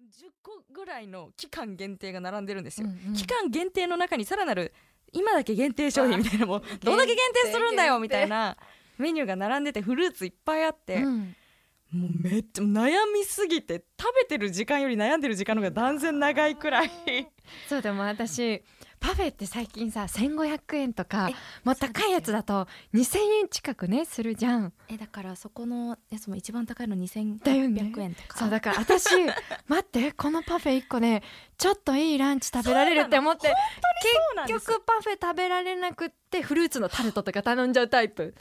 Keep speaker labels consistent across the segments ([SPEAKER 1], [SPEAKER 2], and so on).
[SPEAKER 1] 10個ぐらいの期間限定が並んでるんですよ、
[SPEAKER 2] うんうん
[SPEAKER 1] 期間限定の中にさらなる今だけ限定商品みたいなもう どんだけ限定するんだよみたいなメニューが並んでてフルーツいっぱいあって、
[SPEAKER 2] うん
[SPEAKER 1] もうめっちゃ悩みすぎて食べてる時間より悩んでる時間の方が断然長いくらい
[SPEAKER 2] そうでも私パフェって最近さ1500円とか
[SPEAKER 3] え
[SPEAKER 2] もう高いやつだと2000円近くねするじゃん
[SPEAKER 3] えだからそこのやつも一番高いの
[SPEAKER 2] だよね
[SPEAKER 3] 2800円とか
[SPEAKER 2] そうだから 私待ってこのパフェ1個ねちょっといいランチ食べられるって思って
[SPEAKER 1] そうなんで
[SPEAKER 2] 結
[SPEAKER 1] す
[SPEAKER 2] 局パフェ食べられなくってフルーツのタルトとか頼んじゃうタイプ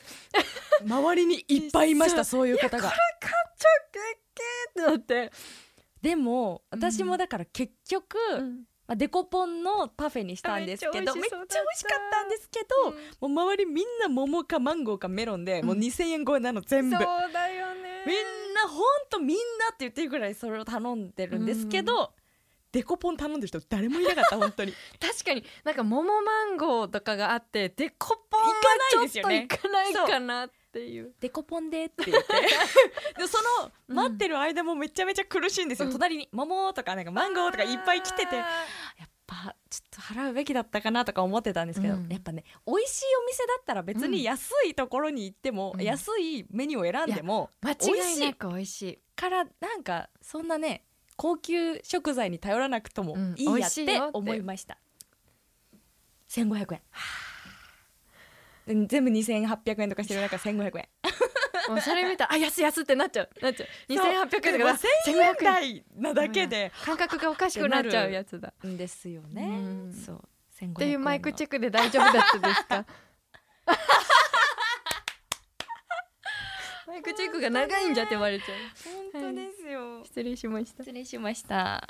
[SPEAKER 1] 周りにいっぱいいましたそういう方が
[SPEAKER 2] ってなって、
[SPEAKER 1] でも
[SPEAKER 2] うん
[SPEAKER 1] 私もだから結局、まあ、デコポンのパフェにしたんですけどめっちゃ美
[SPEAKER 2] めっ
[SPEAKER 1] 味
[SPEAKER 2] ち
[SPEAKER 1] しか
[SPEAKER 2] ゃ美
[SPEAKER 1] っ
[SPEAKER 2] 味しそうだった
[SPEAKER 1] たんですけど、もう周りみんな桃かマンゴーかメロンで、もう2000円超えなの全部みん
[SPEAKER 2] そうだよね
[SPEAKER 1] なほんとみんなって言ってるぐらいそれを頼んでるんですけど、デコポン頼んでる人誰もいなかった本当に
[SPEAKER 2] 確かになんか桃マンゴーとかがあってデコポン
[SPEAKER 1] 行かない
[SPEAKER 2] は
[SPEAKER 1] です
[SPEAKER 2] ち
[SPEAKER 1] よ
[SPEAKER 2] ょっと
[SPEAKER 1] ね
[SPEAKER 2] いかないかなっていう
[SPEAKER 1] デコポンでって 言ってでその待ってる間もめちゃめちゃ苦しいんですよ、
[SPEAKER 2] うん
[SPEAKER 1] 隣に桃とかなんかマンゴーとかいっぱい来ててやっ
[SPEAKER 2] あ
[SPEAKER 1] ぱちょっと払うべきだったかなとか思ってたんですけど、
[SPEAKER 2] うん
[SPEAKER 1] やっぱね美味しいお店だったら別に安いところに行っても、
[SPEAKER 2] うん
[SPEAKER 1] 安いメニューを選んでも
[SPEAKER 2] ー間
[SPEAKER 1] 美味
[SPEAKER 2] 違い
[SPEAKER 1] し
[SPEAKER 2] ないく美味しい
[SPEAKER 1] からなんかそんなね高級食材に頼らなくとも
[SPEAKER 2] うん
[SPEAKER 1] いい
[SPEAKER 2] 美
[SPEAKER 1] や
[SPEAKER 2] 味
[SPEAKER 1] っ
[SPEAKER 2] しい
[SPEAKER 1] て
[SPEAKER 2] よって
[SPEAKER 1] 思いました、1500円全部2800円とかしてる中1500円
[SPEAKER 2] もうそれ見たらあ安い安いってなっちゃうなっちゃう2800円とか
[SPEAKER 1] そうでも1000円台なだけで
[SPEAKER 2] 感覚がおかしくなっちゃうやつだ
[SPEAKER 1] ですよ
[SPEAKER 2] う
[SPEAKER 1] ね、
[SPEAKER 2] ん
[SPEAKER 3] そう1500円
[SPEAKER 2] っていうマイクチ
[SPEAKER 3] ェッ
[SPEAKER 2] ェックで大丈夫だったです かマイクチェックが長いんじゃって言われちゃう
[SPEAKER 3] ク本当ですよ、
[SPEAKER 2] 失礼しました
[SPEAKER 3] 失礼しました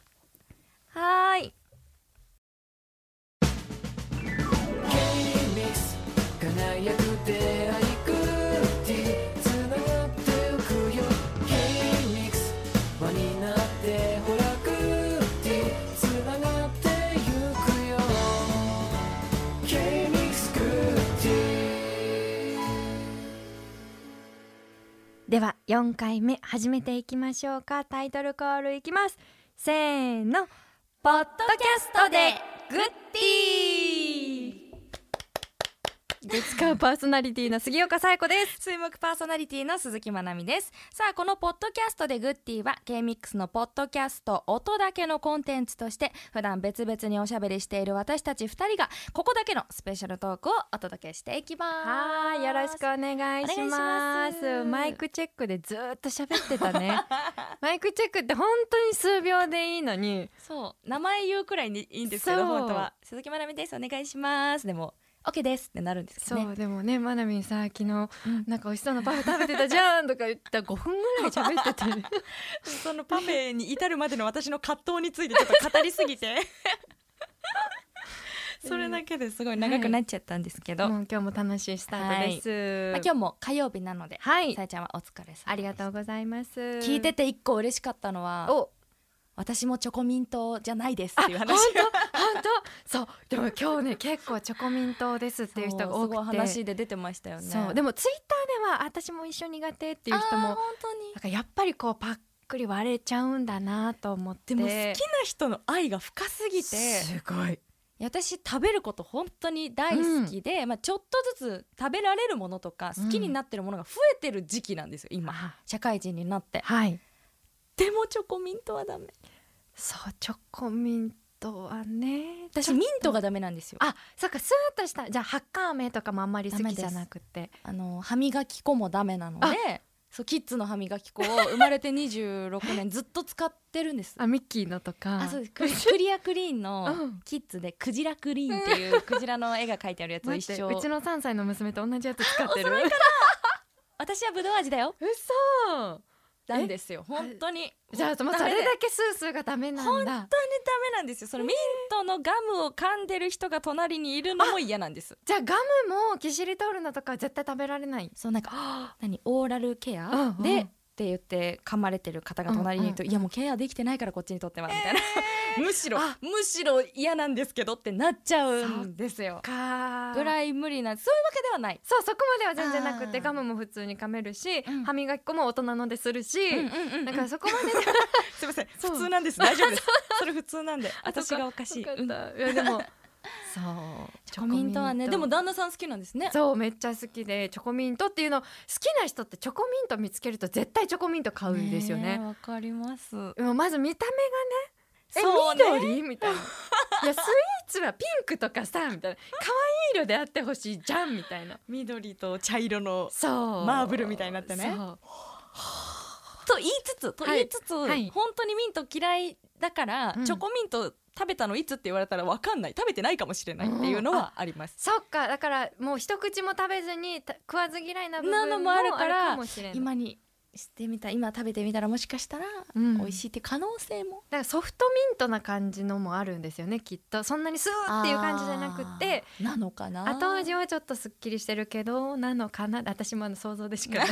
[SPEAKER 3] はーい
[SPEAKER 4] 輝く出会いグッディつながってゆくよ K-MIX 輪になってほらグッディつながってゆくよ K-MIX グッディ
[SPEAKER 2] では4回目始めていきましょうかタイトルコールいきますせーの
[SPEAKER 3] ポッドキャストでグッディ
[SPEAKER 2] 月間パーソナリティの杉岡紗友子です
[SPEAKER 3] 水木パーソナリティの鈴木まなみですさあこのポッドキャストでグッディは K-MIX のポッドキャスト音だけのコンテンツとして普段別々におしゃべりしている私たち2人がここだけのスペシャルトークをお届けしていきます
[SPEAKER 2] はいよろしくお願いし
[SPEAKER 3] お願
[SPEAKER 2] ま
[SPEAKER 3] い
[SPEAKER 2] す
[SPEAKER 3] します
[SPEAKER 2] マイクチェックでずーっと喋ってた ねマイクチェックって本当に数秒でいいのに
[SPEAKER 3] そう名前言うくらいにいいんですけど
[SPEAKER 2] そう
[SPEAKER 3] 本当は鈴木まなみですお願いしますでも OK ですってなるんですけ
[SPEAKER 2] そう、
[SPEAKER 3] どね
[SPEAKER 2] でもねまなみんさ昨日
[SPEAKER 3] うん
[SPEAKER 2] なんか美味しそうなパフェ食べてたじゃんとか言ったら5分ぐらい喋ってて
[SPEAKER 1] そのパフェに至るまでの私の葛藤についてちょっと語りすぎ てそれだけですごい長
[SPEAKER 3] 長
[SPEAKER 1] く
[SPEAKER 3] く
[SPEAKER 1] な
[SPEAKER 3] な
[SPEAKER 1] っ
[SPEAKER 3] っちゃったんですけど、
[SPEAKER 2] もう今日も楽しいスタートです、
[SPEAKER 3] まあ、今日も火曜日なので、
[SPEAKER 2] はい
[SPEAKER 3] さやちゃんはお疲れ様です
[SPEAKER 2] ありがとうございます
[SPEAKER 3] 聞いてて一個嬉しかったのは
[SPEAKER 2] お
[SPEAKER 3] 私もチョコミントじゃないですっ
[SPEAKER 2] あ
[SPEAKER 3] ていう
[SPEAKER 2] 本当
[SPEAKER 3] 話
[SPEAKER 2] 本当そうでも今日ね結構チョコミン党ですっていう人が多
[SPEAKER 3] そうすごい
[SPEAKER 2] くて
[SPEAKER 3] 話で出てましたよね
[SPEAKER 2] そうでもツイッターでは私も一緒苦手っていう人
[SPEAKER 3] あー
[SPEAKER 2] も
[SPEAKER 3] 本当に
[SPEAKER 2] なんかやっぱりこうパックリ割れちゃうんだなと思って
[SPEAKER 1] でも好きな人の愛が深すぎて
[SPEAKER 2] すごい
[SPEAKER 3] いや私食べること本当に大好きで、まあ、ちょっとずつ食べられるものとか
[SPEAKER 2] うん
[SPEAKER 3] 好きになってるものが増えてる時期なんですよ今、
[SPEAKER 2] あ
[SPEAKER 3] 社会人になって
[SPEAKER 2] はい
[SPEAKER 1] でもチョコミントはダメ
[SPEAKER 2] そうチョコミントはね
[SPEAKER 3] 私ミントがダメなんですよあ
[SPEAKER 2] あそっかスーッとしたじゃあハッカー飴とかもあんまり好きじゃなくて
[SPEAKER 3] の歯磨き粉もダメなの
[SPEAKER 2] あ
[SPEAKER 3] でそうキッズの歯磨き粉を生まれて26年ずっと使ってるんです
[SPEAKER 2] あミッキーのとか
[SPEAKER 3] あそうですクリクリアクリーン
[SPEAKER 2] う
[SPEAKER 3] の
[SPEAKER 2] ん
[SPEAKER 3] キッズでクジラクリーンっていうクジラの絵が描いてあるやつを一
[SPEAKER 2] 待って
[SPEAKER 3] 生
[SPEAKER 2] うちの3歳の娘と同じやつ使ってる
[SPEAKER 3] 私はブドウ味だよ
[SPEAKER 2] 嘘
[SPEAKER 3] なんですよ本当に
[SPEAKER 2] じゃあその
[SPEAKER 3] ダ
[SPEAKER 2] そ
[SPEAKER 3] メで
[SPEAKER 2] れだけスースーがダメなんだ
[SPEAKER 3] ダメなんですよそのミントのガムを噛んでる人が隣にいるのも嫌なんです
[SPEAKER 2] じゃあガムもキシリトールのとかは絶対食べられない
[SPEAKER 3] そうなんか何オーラルケア
[SPEAKER 2] うんうん
[SPEAKER 3] でって言って噛まれてる方が隣にいると、いやもうケアできてないからこっちにとってはみたいな、 むしろむしろ嫌なんですけどってなっちゃうんですよ
[SPEAKER 2] か
[SPEAKER 3] ぐらい無理なそういうわけではない、
[SPEAKER 2] そうそこまでは全然なくて
[SPEAKER 1] あー
[SPEAKER 2] ガムも普通に噛めるし、
[SPEAKER 3] ん
[SPEAKER 2] 歯磨き粉も大人のでするし、 だからそこまでで
[SPEAKER 1] すいません
[SPEAKER 2] そう
[SPEAKER 1] 普通なんです大丈夫 ですそれ普通なんで
[SPEAKER 2] あそっ
[SPEAKER 1] 私
[SPEAKER 2] か
[SPEAKER 1] がおかしい
[SPEAKER 2] よかっ
[SPEAKER 1] う
[SPEAKER 2] た
[SPEAKER 1] ん
[SPEAKER 2] いやでも そう
[SPEAKER 3] チョコミントはねでも旦那さん好きなんですね
[SPEAKER 2] そうめっちゃ好きでチョコミントっていうの好きな人ってチョコミント見つけると絶対チョコミント買うんですよね
[SPEAKER 3] えわかります
[SPEAKER 2] もうまず見た目がね
[SPEAKER 3] そうね
[SPEAKER 2] え緑み たいないやスイーツはピンクとかさみたいな可愛い色であってほしいじゃんみたいな
[SPEAKER 1] 緑と茶色の
[SPEAKER 2] そう
[SPEAKER 1] マーブルみたいになってね
[SPEAKER 2] そう
[SPEAKER 3] と言いつつと言いつつ、
[SPEAKER 2] いはい
[SPEAKER 3] 本当にミント嫌いだから、
[SPEAKER 2] うん
[SPEAKER 3] チョコミント食べたのいつって言われたらわかんない食べてないかもしれないっていうのはあります、
[SPEAKER 2] そっかだからもう一口も食べずにた食わず嫌いな部
[SPEAKER 3] な
[SPEAKER 2] 分
[SPEAKER 3] のもあるから
[SPEAKER 2] あもしれない
[SPEAKER 3] 今にしてみた今食べてみたらもしかしたら
[SPEAKER 2] うん
[SPEAKER 3] 美味しいって可能性も、
[SPEAKER 2] だからソフトミントな感じのもあるんですよねきっとそんなにスーっていう感じじゃなくて
[SPEAKER 3] なのかな
[SPEAKER 2] 後味はちょっとすっきりしてるけどなのかな私もあの想像でしかない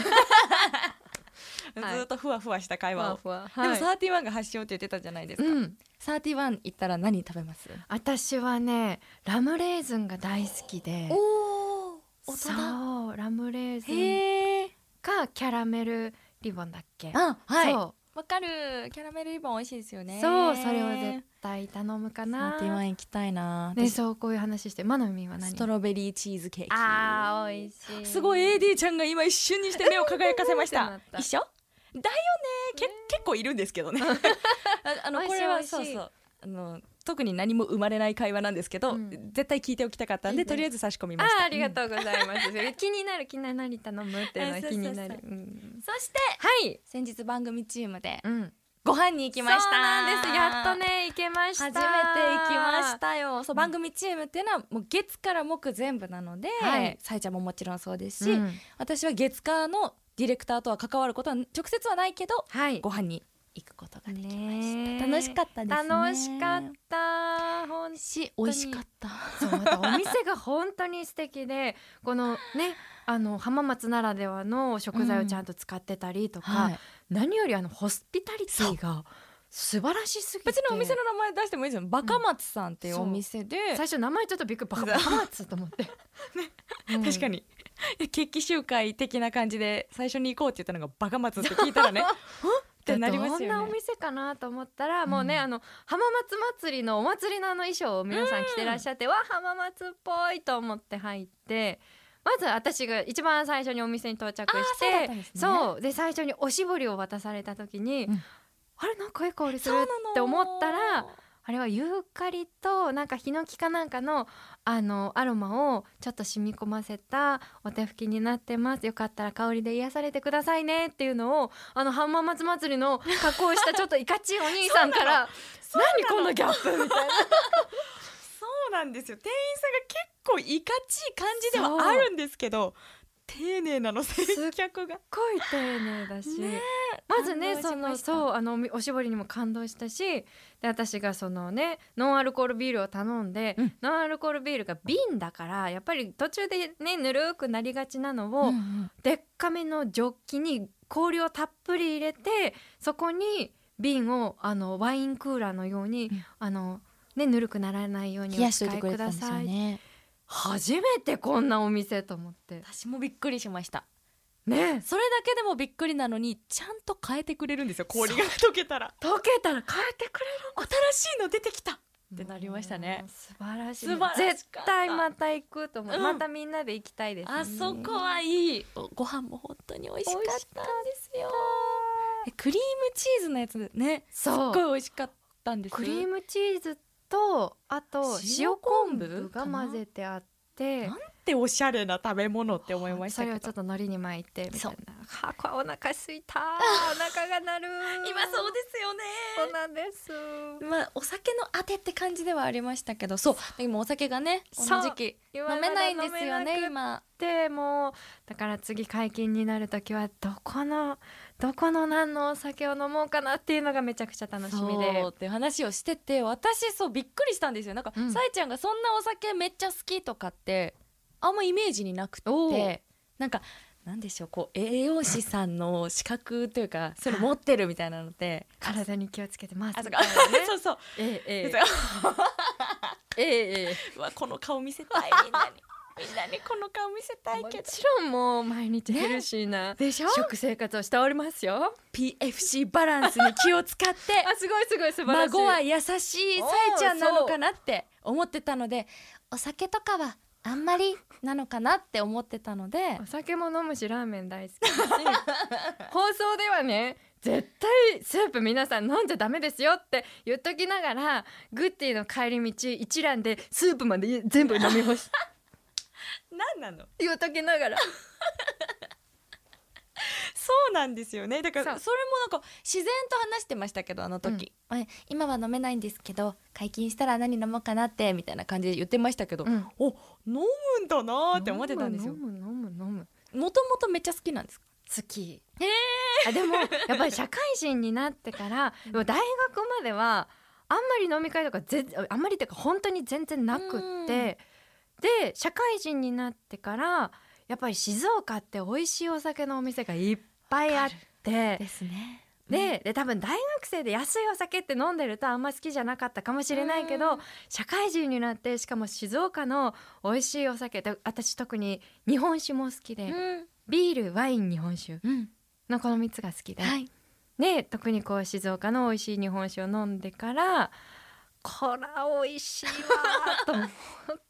[SPEAKER 2] はい
[SPEAKER 1] ずっとふわふわした会話を
[SPEAKER 2] ふわふ
[SPEAKER 3] でも
[SPEAKER 2] はい
[SPEAKER 3] サーティワンが発祥って言ってたじゃないですか、
[SPEAKER 2] うん
[SPEAKER 3] サーティワン行ったら何食べます
[SPEAKER 2] 私はねラムレーズンが大好きで
[SPEAKER 3] お大人
[SPEAKER 2] そうラムレーズン
[SPEAKER 3] へえ
[SPEAKER 2] かキャラメルリボンだっけ
[SPEAKER 3] あはい
[SPEAKER 2] そ
[SPEAKER 3] わかるキャラメルリボン美味しいですよ
[SPEAKER 2] う,、
[SPEAKER 3] ね
[SPEAKER 2] そうそれを絶対頼むかな
[SPEAKER 3] サーティワン行きたいな、
[SPEAKER 2] ね、
[SPEAKER 3] 私
[SPEAKER 2] そうこういう話してマナミンは何
[SPEAKER 3] ストロベリーチーズケーキ
[SPEAKER 2] あー美味しい
[SPEAKER 1] すごい AD ちゃんが今一瞬にして目を輝かせまし
[SPEAKER 2] うんうんう
[SPEAKER 1] た
[SPEAKER 2] んうん
[SPEAKER 1] 一緒だよねけ結構いるんですけどね ああの
[SPEAKER 2] 美
[SPEAKER 1] こ
[SPEAKER 2] 味しい
[SPEAKER 1] れは
[SPEAKER 2] 美味しい
[SPEAKER 1] そうそうあの特に何も生まれない会話なんですけど、
[SPEAKER 2] うん
[SPEAKER 1] 絶対聞いておきたかったん
[SPEAKER 2] いい
[SPEAKER 1] で
[SPEAKER 2] ね
[SPEAKER 1] とりあえず差し込み
[SPEAKER 2] あ
[SPEAKER 1] ました
[SPEAKER 2] ーありがとうございます 気になる気になる何頼むっていうのは気にな
[SPEAKER 3] あ
[SPEAKER 2] る
[SPEAKER 3] そう
[SPEAKER 2] うん
[SPEAKER 3] そして
[SPEAKER 2] はい
[SPEAKER 3] 先日番組チームで
[SPEAKER 2] うん
[SPEAKER 3] ご飯に行きました
[SPEAKER 2] そうなんですやっとね行けました
[SPEAKER 3] 初めて行きましたよそう番組チームっていうのはもう月から木全部なので、
[SPEAKER 2] はい
[SPEAKER 3] さえちゃんももちろんそうですし、
[SPEAKER 2] うん
[SPEAKER 3] 私は月火のディレクターとは関わることは直接はないけど
[SPEAKER 2] はい
[SPEAKER 3] ご飯に行くことができました、
[SPEAKER 2] ねえ
[SPEAKER 3] 楽しかったですね
[SPEAKER 2] 楽しかった本
[SPEAKER 3] し美味しかった
[SPEAKER 2] そうまたお店が本当に素敵で このねあの浜松ならではの食材をちゃんと使ってたりとか、
[SPEAKER 3] はい
[SPEAKER 2] 何よりあのホスピタリティが素晴らしすぎて
[SPEAKER 3] 別にお店の名前出してもいいですよバカ松さんっていうお店で、
[SPEAKER 2] 最初名前ちょっとびっくりバカバカ浜松と思って、うん
[SPEAKER 1] 確かに決起集会的な感じで最初に行こうって言ったのがバカ松って聞いたら ねんってなります
[SPEAKER 2] どんな
[SPEAKER 1] よ
[SPEAKER 2] お
[SPEAKER 1] ね
[SPEAKER 2] 店かなと思ったら、もうねあの浜松祭りのお祭りのあの衣装を皆さん着てらっしゃって、わ浜松っぽいと思って入ってまず私が一番最初にお店に到着して
[SPEAKER 3] そうだったんですね
[SPEAKER 2] そうで最初におしぼりを渡された時に、
[SPEAKER 3] うん
[SPEAKER 2] あれなんかいい香りす
[SPEAKER 3] そう
[SPEAKER 2] る
[SPEAKER 3] な
[SPEAKER 2] っ
[SPEAKER 3] の
[SPEAKER 2] て思ったらあれはユーカリとなんかヒノキかなんかのあのアロマをちょっと染み込ませたお手拭きになってますよかったら香りで癒されてくださいねっていうのをあの浜松祭りの加 工したちょっといかちいお兄さんから何このギャップみたいな
[SPEAKER 1] そうなんですよ店員さんが結構いかちい感じではあるんですけど丁寧なの接客が
[SPEAKER 2] すっごい丁寧だし、
[SPEAKER 1] ね
[SPEAKER 2] まず
[SPEAKER 3] 感
[SPEAKER 2] ね
[SPEAKER 3] 動
[SPEAKER 2] そ
[SPEAKER 3] しま
[SPEAKER 2] の
[SPEAKER 3] した
[SPEAKER 2] そうあのおおしぼりにも感動したしで私がそのねノンアルコールビールを頼んで、
[SPEAKER 3] うん
[SPEAKER 2] ノンアルコールビールが瓶だからやっぱり途中でねぬるくなりがちなのを、
[SPEAKER 3] うんうん
[SPEAKER 2] でっかめのジョッキに氷をたっぷり入れてそこに瓶をあのワインクーラーのように、
[SPEAKER 3] うん
[SPEAKER 2] あのねぬるくならないように
[SPEAKER 3] 冷やしといてくれてたんですよ
[SPEAKER 2] お使いください
[SPEAKER 3] ね
[SPEAKER 2] 初めてこんなお店と思って
[SPEAKER 3] 私もびっくりしました
[SPEAKER 2] ね
[SPEAKER 3] それだけでもびっくりなのにちゃんと変えてくれるんですよ氷が
[SPEAKER 1] 溶けたら
[SPEAKER 2] 溶けたら帰ってくれ
[SPEAKER 1] 新しいの出てきた
[SPEAKER 2] って
[SPEAKER 1] なりましたね
[SPEAKER 2] 素晴らしい
[SPEAKER 3] 素晴らしかった
[SPEAKER 2] 絶対また行くと思う、
[SPEAKER 3] うん
[SPEAKER 2] またみんなで行きたいです、
[SPEAKER 3] あそこはいいおご飯も本当に美味しかったんですよえクリームチーズのやつね
[SPEAKER 2] そう
[SPEAKER 3] すっごい美味しかったんです
[SPEAKER 2] クリー
[SPEAKER 3] ム
[SPEAKER 2] ムチーズとあと塩
[SPEAKER 3] 塩
[SPEAKER 2] 昆
[SPEAKER 3] 昆
[SPEAKER 2] 布
[SPEAKER 3] 布
[SPEAKER 2] が
[SPEAKER 3] かな
[SPEAKER 2] 混ぜてあって
[SPEAKER 1] なんっておしゃれな食べ物って思いました
[SPEAKER 2] そ
[SPEAKER 1] けど
[SPEAKER 2] れをちょっと海苔に巻いてみた
[SPEAKER 3] そ
[SPEAKER 2] いうなはあこれお腹す いたお腹が鳴る
[SPEAKER 3] 今そうですよね
[SPEAKER 2] そうなんです
[SPEAKER 3] まあお酒のあてって感じではありましたけどそう今お酒がねこの時期
[SPEAKER 2] 飲
[SPEAKER 3] 飲めないんですよね今
[SPEAKER 2] でもうだから次解禁になる時はどこのどこの何のお酒を飲もうかなっていうのがめちゃくちゃ楽しみで
[SPEAKER 3] そうって話をしてて私そうびっくりしたんですよなんか、
[SPEAKER 2] うん
[SPEAKER 3] さえちゃんがそんなお酒めっちゃ好きとかってあんまイメージになく
[SPEAKER 2] おー
[SPEAKER 3] てなんかなんでしょうこう栄養士さんの資格というかそれ持ってるみたいなのって
[SPEAKER 2] 体に気をつけてま す
[SPEAKER 3] あそ
[SPEAKER 2] み
[SPEAKER 3] う
[SPEAKER 2] た
[SPEAKER 3] か、
[SPEAKER 2] いな ね
[SPEAKER 3] そうそう
[SPEAKER 2] ええええ
[SPEAKER 3] そう
[SPEAKER 2] ええええ
[SPEAKER 3] うわこの顔見せた いみんなにみんなにこの顔見せたい
[SPEAKER 2] も
[SPEAKER 3] けど
[SPEAKER 2] ちろんもう毎日ヘルシーな
[SPEAKER 3] でしょ
[SPEAKER 2] 食生活をしておりますよ
[SPEAKER 3] PFC バランスに気を使って
[SPEAKER 2] あすごいすごい素晴らしい
[SPEAKER 3] 孫は優しいさえちゃんなのかなって思ってたのでお酒とかはあんまりなのかなって思ってたので
[SPEAKER 2] お酒も飲むしラーメン大好き だし放送ではね絶対スープ皆さん飲んじゃダメですよって言っときながらグッティの帰り道一覧でスープまで全部飲み 干し
[SPEAKER 3] 何なの
[SPEAKER 2] 言っときながら
[SPEAKER 3] そうなんですよねだから
[SPEAKER 2] そう
[SPEAKER 3] それもなんか自然と話してましたけどあの時、え今は飲めないんですけど解禁したら何飲もうかなってみたいな感じで言ってましたけど、
[SPEAKER 2] うん
[SPEAKER 3] お飲むんだなーって思ってたんですよ
[SPEAKER 2] 飲む飲む飲む飲む
[SPEAKER 3] もともとめっちゃ好きなんですか
[SPEAKER 2] 好きあでもやっぱり社会人になってからでも大学まではあんまり飲み会とか全あんまりっていうか本当に全然なくってで社会人になってからやっぱり静岡って美味しいお酒のお店がいっぱいあって
[SPEAKER 3] ですね
[SPEAKER 2] でで多分大学生で安いお酒って飲んでるとあんま好きじゃなかったかもしれないけど社会人になってしかも静岡の美味しいお酒で私特に日本酒も好きで
[SPEAKER 3] ん
[SPEAKER 2] ビールワイン日本酒
[SPEAKER 3] うん
[SPEAKER 2] のこの3つが好きで、
[SPEAKER 3] はい
[SPEAKER 2] ね特にこう静岡の美味しい日本酒を飲んでからこら美味しいわーと思っ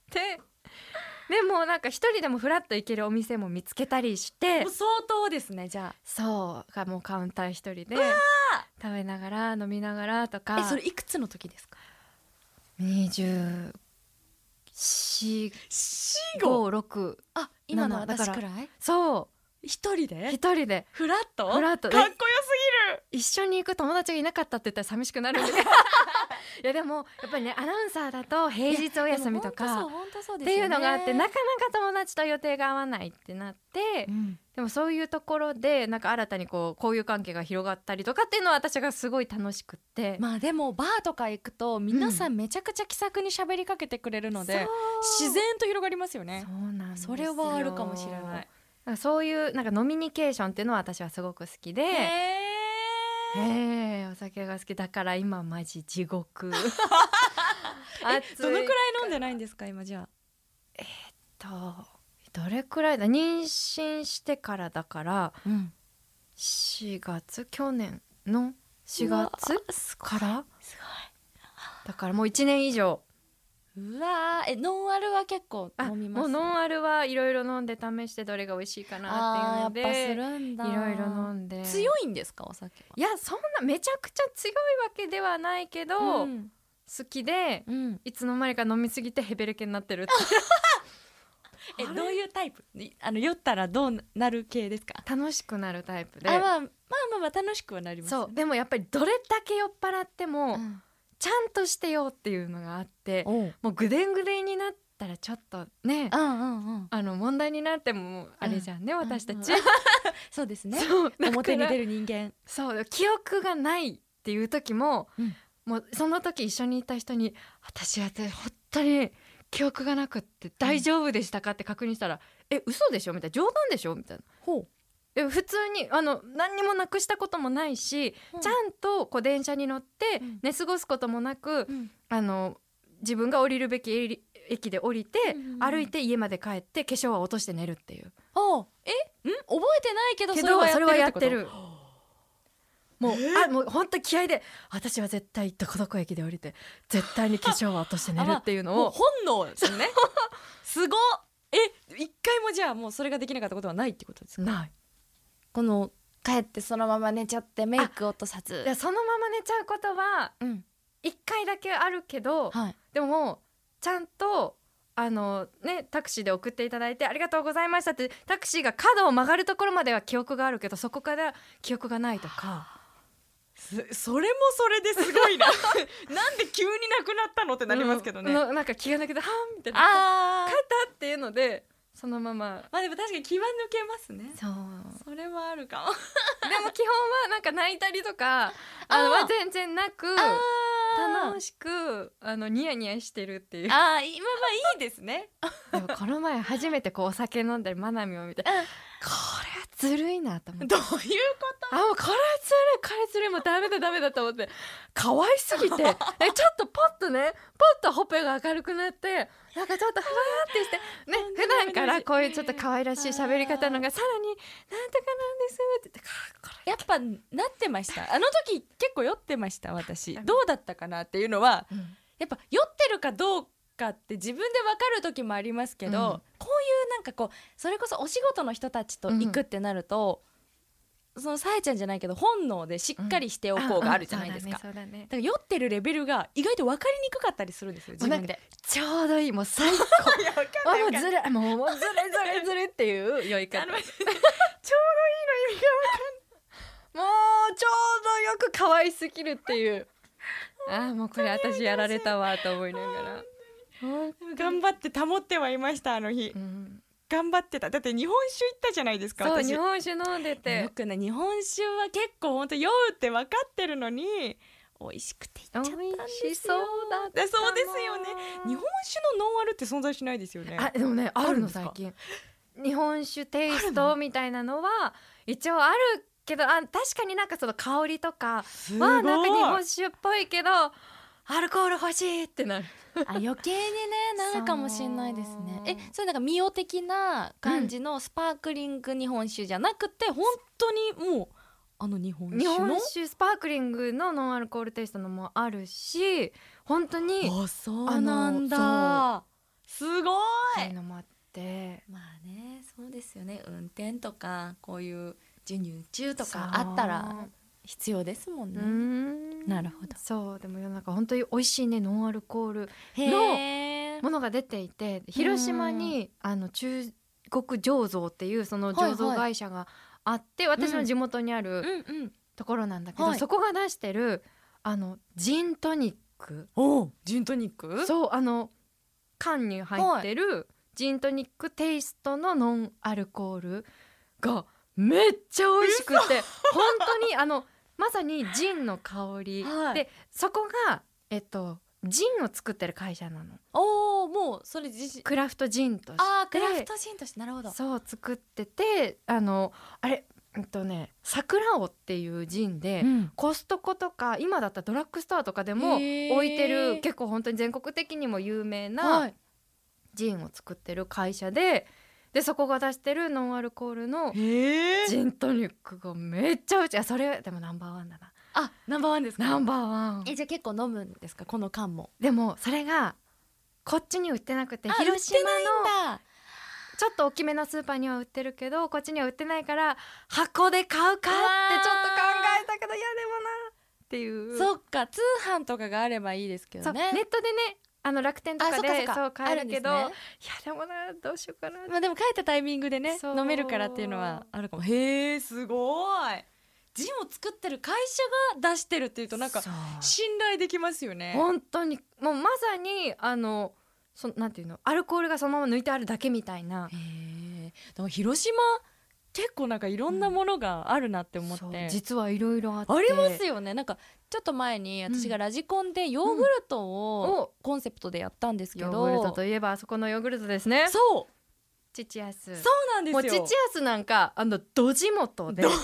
[SPEAKER 2] て でもうなんか一人でもフラッと行けるお店も見つけたりして
[SPEAKER 3] もう相当ですねじゃ
[SPEAKER 2] そうがもうカウンター一人で食べながら飲みながらと
[SPEAKER 3] あ
[SPEAKER 2] か
[SPEAKER 3] えそれいくつの時ですか
[SPEAKER 2] 2456
[SPEAKER 3] 死あ今
[SPEAKER 2] 今
[SPEAKER 3] の
[SPEAKER 2] の
[SPEAKER 3] 私
[SPEAKER 2] 私
[SPEAKER 3] く
[SPEAKER 2] く
[SPEAKER 3] らい
[SPEAKER 2] そ
[SPEAKER 3] 一人
[SPEAKER 2] う
[SPEAKER 3] で
[SPEAKER 2] 一人で
[SPEAKER 3] フラット
[SPEAKER 2] フラット
[SPEAKER 3] かっこよす
[SPEAKER 2] 一緒に行く友達がいなかったって言ったら寂しく なるんでいやでもやっぱりねアナウンサーだと平日お
[SPEAKER 3] ぎる
[SPEAKER 2] 休み
[SPEAKER 3] で
[SPEAKER 2] と
[SPEAKER 3] も
[SPEAKER 2] か
[SPEAKER 3] 本当そう本当そう
[SPEAKER 2] っ
[SPEAKER 3] です
[SPEAKER 2] て
[SPEAKER 3] よ
[SPEAKER 2] い
[SPEAKER 3] ね
[SPEAKER 2] うのがあってなかなか友達と予定が合わないってなって
[SPEAKER 3] うん
[SPEAKER 2] でもそういうところでなんか新たにこう交友関係が広がったりとかっていうのは私がすごい楽しくって。
[SPEAKER 3] まあでもバーとか行くと皆さんめちゃくちゃ気さくに喋りかけてくれるので、
[SPEAKER 2] そう
[SPEAKER 3] 自然と広がりますよね
[SPEAKER 2] そうなんですよ
[SPEAKER 3] それはあるかもしれない
[SPEAKER 2] なんかそういうなんか飲みニケーションっていうのは私はすごく好きでへ
[SPEAKER 3] え
[SPEAKER 2] えお酒が好きだから今マジ 地獄 暑
[SPEAKER 3] どのくらい飲んでないんですか今じゃあ
[SPEAKER 2] とどれくらいだ妊娠してからだから
[SPEAKER 3] うん
[SPEAKER 2] 4月去年の4月から
[SPEAKER 3] すご
[SPEAKER 2] だからもう1年以上
[SPEAKER 3] いうわーえノンアルは結構
[SPEAKER 2] あ
[SPEAKER 3] 飲みます
[SPEAKER 2] もうノンアルはいろいろ飲んで試してどれが美味しいかな
[SPEAKER 3] あー
[SPEAKER 2] って
[SPEAKER 3] やっぱす
[SPEAKER 2] いうの
[SPEAKER 3] るんだ
[SPEAKER 2] でいろいろ飲んで
[SPEAKER 3] 強いんですかお酒
[SPEAKER 2] いやそんなめちゃくちゃ強いわけではないけど、
[SPEAKER 3] は
[SPEAKER 2] 好きで
[SPEAKER 3] うん
[SPEAKER 2] いつの間にか飲みすぎてヘベレケになって るって
[SPEAKER 3] え
[SPEAKER 2] あれ
[SPEAKER 3] どういうタイプいあの酔ったらどうなる系ですか
[SPEAKER 2] 楽しくなるタイプで
[SPEAKER 3] あ、まあ、まあまあまあ楽しくはなります
[SPEAKER 2] そうでもやっぱりどれだけ酔っ払っても、
[SPEAKER 3] ん
[SPEAKER 2] ちゃんとしてよっていうのがあって
[SPEAKER 3] おう
[SPEAKER 2] もうぐでんぐでんになったらちょっとね
[SPEAKER 3] うんうんうん
[SPEAKER 2] あの問題になってももうあれじゃんね、私たち、
[SPEAKER 3] うんうんそうですね
[SPEAKER 2] そうだから
[SPEAKER 3] 表に出る人間
[SPEAKER 2] そう記憶がないっていう時も、
[SPEAKER 3] うん
[SPEAKER 2] もうその時一緒にいた人に「私は本当に記憶がなくって大丈夫でしたか?」って確認したら「え嘘でしょ?」みたいな「冗談でしょ?」みたいな。
[SPEAKER 3] ほう
[SPEAKER 2] え普通にあの何にもなくしたこともないし、
[SPEAKER 3] うん
[SPEAKER 2] ちゃんとこう電車に乗って
[SPEAKER 3] うん
[SPEAKER 2] 寝過ごすこともなく、
[SPEAKER 3] うん
[SPEAKER 2] あの自分が降りるべき駅駅で降りて、
[SPEAKER 3] うんうんうん
[SPEAKER 2] 歩いて家まで帰って化粧は落として寝るっていう
[SPEAKER 3] おうえん覚えてないけど
[SPEAKER 2] け
[SPEAKER 3] それ
[SPEAKER 2] ど
[SPEAKER 3] は
[SPEAKER 2] それはやってる
[SPEAKER 3] こ
[SPEAKER 2] もう、あもう本当気合で私は絶対どこどこ駅で降りて絶対に化粧は落として寝るっていう
[SPEAKER 3] と
[SPEAKER 2] の
[SPEAKER 3] もう
[SPEAKER 2] を
[SPEAKER 3] 本能です ねすごっえ一回もじゃあもうそれができなかったことはないってことですか
[SPEAKER 2] ない
[SPEAKER 3] この帰ってそのまま寝ちゃってメイク落とさず
[SPEAKER 2] いやそのまま寝ちゃうことは
[SPEAKER 3] うん
[SPEAKER 2] 1回だけあるけど
[SPEAKER 3] はい
[SPEAKER 2] でももうちゃんとあのねタクシーで送っていただいてありがとうございましたってタクシーが角を曲がるところまでは記憶があるけどそこから記憶がないとか
[SPEAKER 3] すそれもそれですごいな なんで急になくなったのってなりますけどね、
[SPEAKER 2] うんななんか気が抜けてはんみたいな帰
[SPEAKER 3] あー
[SPEAKER 2] ったっていうのでそのまま
[SPEAKER 3] まあでも確かに気は抜けますね
[SPEAKER 2] そう
[SPEAKER 3] それはあるかも
[SPEAKER 2] でも基本はなんか泣いたりとかあの
[SPEAKER 3] あー
[SPEAKER 2] は全然なく
[SPEAKER 3] 楽
[SPEAKER 2] 楽
[SPEAKER 3] し
[SPEAKER 2] しくあのニヤニヤしてるっていう
[SPEAKER 3] あー今はいいですね
[SPEAKER 2] でもこの前初めてこうお酒飲んでるマナミを見て「はずるいなと思って
[SPEAKER 3] どういうこと
[SPEAKER 2] あもうこれずるいこれずるいもうダメだダメだと思って可愛すぎてえちょっとポッとねポッとほっぺが明るくなってなんかちょっとふわーってしてね普段からこういうちょっと可愛らしい喋り方のがさらに「なんとかなんです」って言ってかこれ
[SPEAKER 3] やっぱなってましたあの時結構酔ってました私どうだったかなっていうのは、
[SPEAKER 1] うん
[SPEAKER 3] やっぱ酔ってるかどうかって自分で分かる時もありますけど、
[SPEAKER 1] うん
[SPEAKER 3] こういうなんかこうそれこそお仕事の人たちと行くってなると、そのさえちゃんじゃないけど本能でしっかりしておこうがあるじゃないですか、
[SPEAKER 2] そうだねそうだね
[SPEAKER 3] だから酔ってるレベルが意外と分かりにくかったりするんですよ自分で。
[SPEAKER 2] ちょうどいいもう最高 あもうずるいもうもうずるいずるいずるいっていう酔い方ちょうどいいの意味がわかんないもうちょうどよく可愛すぎるっていうああもうこれ私やられたわと思いながら、
[SPEAKER 1] 頑張って保ってはいましたあの日
[SPEAKER 2] うん、
[SPEAKER 1] 頑張ってただって日本酒行ったじゃないですか
[SPEAKER 2] そう
[SPEAKER 1] 私
[SPEAKER 2] 日本酒飲んで
[SPEAKER 3] よ
[SPEAKER 2] て
[SPEAKER 3] くね日本酒は結構本当酔うって分かってるのに美味しくていっちゃ
[SPEAKER 2] 美
[SPEAKER 3] ったんですよ
[SPEAKER 2] 味しそうだった
[SPEAKER 1] だそうですよね日本酒のノンアルって存在しないですよね
[SPEAKER 2] あでもねあ
[SPEAKER 1] あ
[SPEAKER 2] る
[SPEAKER 1] るん
[SPEAKER 2] の
[SPEAKER 1] ですか
[SPEAKER 2] 最近日本酒テイストみたいなのは一応あるけどあ確かになんかその香りとか
[SPEAKER 1] すごい
[SPEAKER 2] はなんか日本酒っぽいけどアルコール欲しいってなる
[SPEAKER 3] あ余計にねなるかもしれないですね
[SPEAKER 2] そう
[SPEAKER 3] えそれなんかミオ的な感じのスパークリング日本酒じゃなくて、本当にもうあの日本
[SPEAKER 2] 日
[SPEAKER 3] 酒
[SPEAKER 2] 本
[SPEAKER 3] の
[SPEAKER 2] 酒スパークリングのノンアルコールテイストのもあるし本当にっ
[SPEAKER 3] あそうなんだ
[SPEAKER 2] あ
[SPEAKER 3] すごい
[SPEAKER 2] ていうのもあって
[SPEAKER 3] まあねそうですよね運転とかこういう授乳中と
[SPEAKER 2] そう
[SPEAKER 3] かあったら必要ですもん
[SPEAKER 2] うー
[SPEAKER 3] ね
[SPEAKER 2] ん
[SPEAKER 3] なるほど
[SPEAKER 2] そうでも世の中本当に美味しいねノンアルコール
[SPEAKER 3] へえ
[SPEAKER 2] ものが出ていて広島にあの中国醸造っていうその
[SPEAKER 3] はいはい
[SPEAKER 2] 醸造会社があって、私の地元にあ
[SPEAKER 3] う
[SPEAKER 2] る
[SPEAKER 3] んうん
[SPEAKER 2] ところなんだけど、
[SPEAKER 3] はい
[SPEAKER 2] そこが出してるあのジントニック
[SPEAKER 1] おジントニック
[SPEAKER 2] そうあの缶に入ってるジントニックテイストのノンアルコールがめっちゃ美味しくて本当にあのまさにジンの香 り、
[SPEAKER 3] はい
[SPEAKER 2] でそこがえっとジンを作ってる会社なの
[SPEAKER 3] おおもうそれ自身
[SPEAKER 2] クラフトジンとして
[SPEAKER 3] ああクラフトジンとしてなるほど
[SPEAKER 2] そう作っててあのあれえっとね桜尾っていうジンで、
[SPEAKER 1] ん
[SPEAKER 2] コストコとか今だったらドラッグストアとかでも
[SPEAKER 3] へー
[SPEAKER 2] 置いてる結構本当に全国的にも有名なジンを作ってる会社ででそこが出してるノンアルコールの
[SPEAKER 1] へえ
[SPEAKER 2] ジントニックがめっちゃうちあそれでもナンバーワンだな
[SPEAKER 3] あナンバーワンです
[SPEAKER 2] ナンバーワン
[SPEAKER 3] えじゃあ結構飲むんですかこの缶も
[SPEAKER 2] でもそれがこっちに売ってなくて
[SPEAKER 3] あ
[SPEAKER 2] 広島の
[SPEAKER 3] だ
[SPEAKER 2] ちょっと大きめなスーパーには売ってるけどこっちには売ってないから箱で買うかってちょっと考えたけどいやでもなっていう
[SPEAKER 3] そっか通販とかがあればいいですけ
[SPEAKER 2] そ
[SPEAKER 3] ど
[SPEAKER 2] う
[SPEAKER 3] ね
[SPEAKER 2] ネットでねあの楽天と
[SPEAKER 3] あ
[SPEAKER 2] か
[SPEAKER 3] そっ
[SPEAKER 2] で
[SPEAKER 3] かそっか
[SPEAKER 2] そう買え
[SPEAKER 3] あ
[SPEAKER 2] る
[SPEAKER 3] んで
[SPEAKER 2] け
[SPEAKER 3] す
[SPEAKER 2] ど
[SPEAKER 3] ね
[SPEAKER 2] いやでもなどうしようかな
[SPEAKER 3] まあでも帰ったタイミングでね
[SPEAKER 2] そう
[SPEAKER 3] 飲めるからっていうのはあるかもへえすごいジンを作ってる会社が出してるっていうとなんか
[SPEAKER 2] そう
[SPEAKER 1] 信頼できますよね
[SPEAKER 2] 本当にもうまさにあのそなんていうのアルコールがそのまま抜いてあるだけみたいな
[SPEAKER 1] へえ
[SPEAKER 3] でも広島結構なんかいろんなものがあるなって思って、
[SPEAKER 2] そう
[SPEAKER 3] あ
[SPEAKER 2] 実はいろいろあって
[SPEAKER 3] りますよねなんかちょっと前に私がラジコンでヨーグルト
[SPEAKER 2] うん
[SPEAKER 3] を
[SPEAKER 2] お
[SPEAKER 3] コンセプトでやったんですけ
[SPEAKER 2] ヨ
[SPEAKER 3] ど、
[SPEAKER 2] ーグルトといえばあそこのヨーグルトですね
[SPEAKER 3] そう
[SPEAKER 2] チチアス
[SPEAKER 3] そうなんです
[SPEAKER 2] も
[SPEAKER 3] よ
[SPEAKER 2] うチチアスなんかあのドジ元で
[SPEAKER 1] ドジ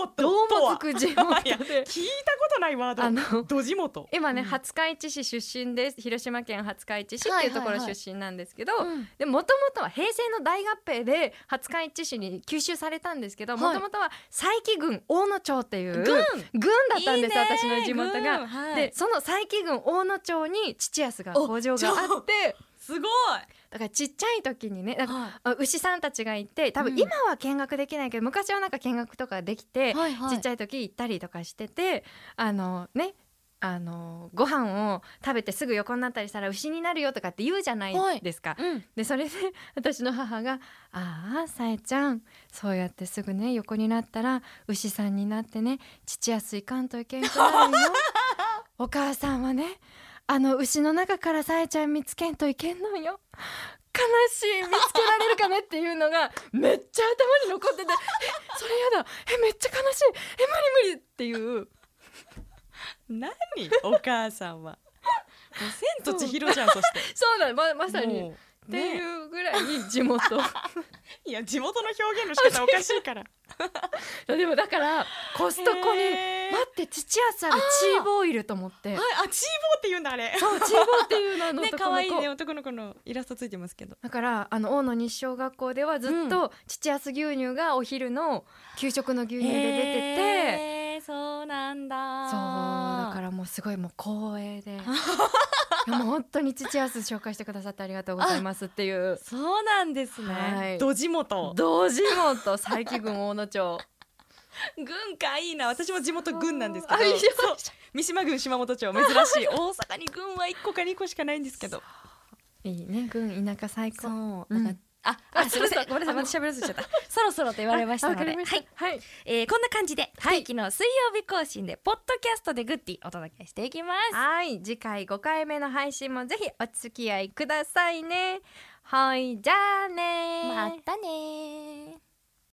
[SPEAKER 1] モト
[SPEAKER 2] どう
[SPEAKER 1] と
[SPEAKER 2] も
[SPEAKER 1] は
[SPEAKER 2] つく地元
[SPEAKER 1] いや
[SPEAKER 2] で
[SPEAKER 1] 聞いたことないワード
[SPEAKER 2] あの
[SPEAKER 1] ドジモト
[SPEAKER 2] 今ね廿日市市出身です広島県廿日市市っていうとこ
[SPEAKER 3] はい
[SPEAKER 2] ろ
[SPEAKER 3] はいはい
[SPEAKER 2] 出身なんですけど
[SPEAKER 3] うん
[SPEAKER 2] でもともとは平成の大合併で廿日市市に吸収されたんですけ
[SPEAKER 3] は
[SPEAKER 2] ど
[SPEAKER 3] い
[SPEAKER 2] もともとは佐伯郡大野町っていう
[SPEAKER 3] 軍
[SPEAKER 2] 郡だったん
[SPEAKER 3] いいね
[SPEAKER 2] です私の地元
[SPEAKER 3] 軍
[SPEAKER 2] が。
[SPEAKER 3] はい
[SPEAKER 2] でその佐伯郡大野町に父安が工場があっ
[SPEAKER 1] お
[SPEAKER 2] て
[SPEAKER 1] すごい
[SPEAKER 2] だからちっちゃい時にねだから
[SPEAKER 3] は
[SPEAKER 2] あ牛さんたちがいて多
[SPEAKER 3] う
[SPEAKER 2] 分
[SPEAKER 3] ん
[SPEAKER 2] 今は見学できないけど昔はなんか見学とかできて
[SPEAKER 3] いはいはい
[SPEAKER 2] ちっちゃい時行ったりとかしててあのねあのご飯を食べてすぐ横になったりしたら牛になるよとかって言うじゃないですか。
[SPEAKER 3] うん、
[SPEAKER 2] でそれで 私の母が「ああさえちゃんそうやってすぐね横になったら牛さんになってね父やすいかんといけんくな るよお母さんはねあの牛の中からさえちゃん見つけんといけんのよ悲しい見つけられるかねっていうのがめっちゃ頭に残ってて「えそれやだえめっちゃ悲しいえ無理無理」っていう
[SPEAKER 1] 何 お母さんはもう千と千尋じゃんそして
[SPEAKER 2] そうなのままさに
[SPEAKER 1] もう
[SPEAKER 2] っていうぐらい地元、
[SPEAKER 3] いや地元の表現の仕方おかしいから
[SPEAKER 2] でもだからコストコに
[SPEAKER 3] へー
[SPEAKER 2] 待って土屋さんチーボーいると思って
[SPEAKER 3] はいあチーボーって言うんだあれ
[SPEAKER 2] そうチーボーっていうのあの
[SPEAKER 3] ね
[SPEAKER 2] 男の子、
[SPEAKER 3] 可愛いね男の子のイラストついてますけど
[SPEAKER 2] だからあの大野西小学校ではずっと父安牛乳がお昼の給食の牛乳で出てて、
[SPEAKER 3] へーそうなんだ
[SPEAKER 2] そうだからもうすごいもう光栄でいやもう本当に父安紹介してくださってありがとうございますっていう
[SPEAKER 3] そうなんです
[SPEAKER 2] は
[SPEAKER 3] ね
[SPEAKER 2] い
[SPEAKER 3] ド地元
[SPEAKER 2] 同地元佐伯郡大野町
[SPEAKER 3] 軍かいいな私も地元軍なんですけど
[SPEAKER 2] あいいよ
[SPEAKER 3] そう三島郡島本町珍 しい大阪に軍は一個か二個しかないんですけど
[SPEAKER 2] いいね郡田舎最高
[SPEAKER 3] う
[SPEAKER 2] なん
[SPEAKER 3] ん
[SPEAKER 2] か
[SPEAKER 3] あ、あ、すみません、ごめんなさい、また喋らせちゃった。 そろそろと言われましたの
[SPEAKER 2] あわか
[SPEAKER 3] で、
[SPEAKER 2] りました
[SPEAKER 3] はい、
[SPEAKER 2] はい
[SPEAKER 5] えーこんな感じで、はい、昨日水曜日更新でポッドキャストでグッディお届けしていきます。
[SPEAKER 2] はい次回5回目の配信もぜひお付き合いくださいねはいじゃあね
[SPEAKER 5] またねー。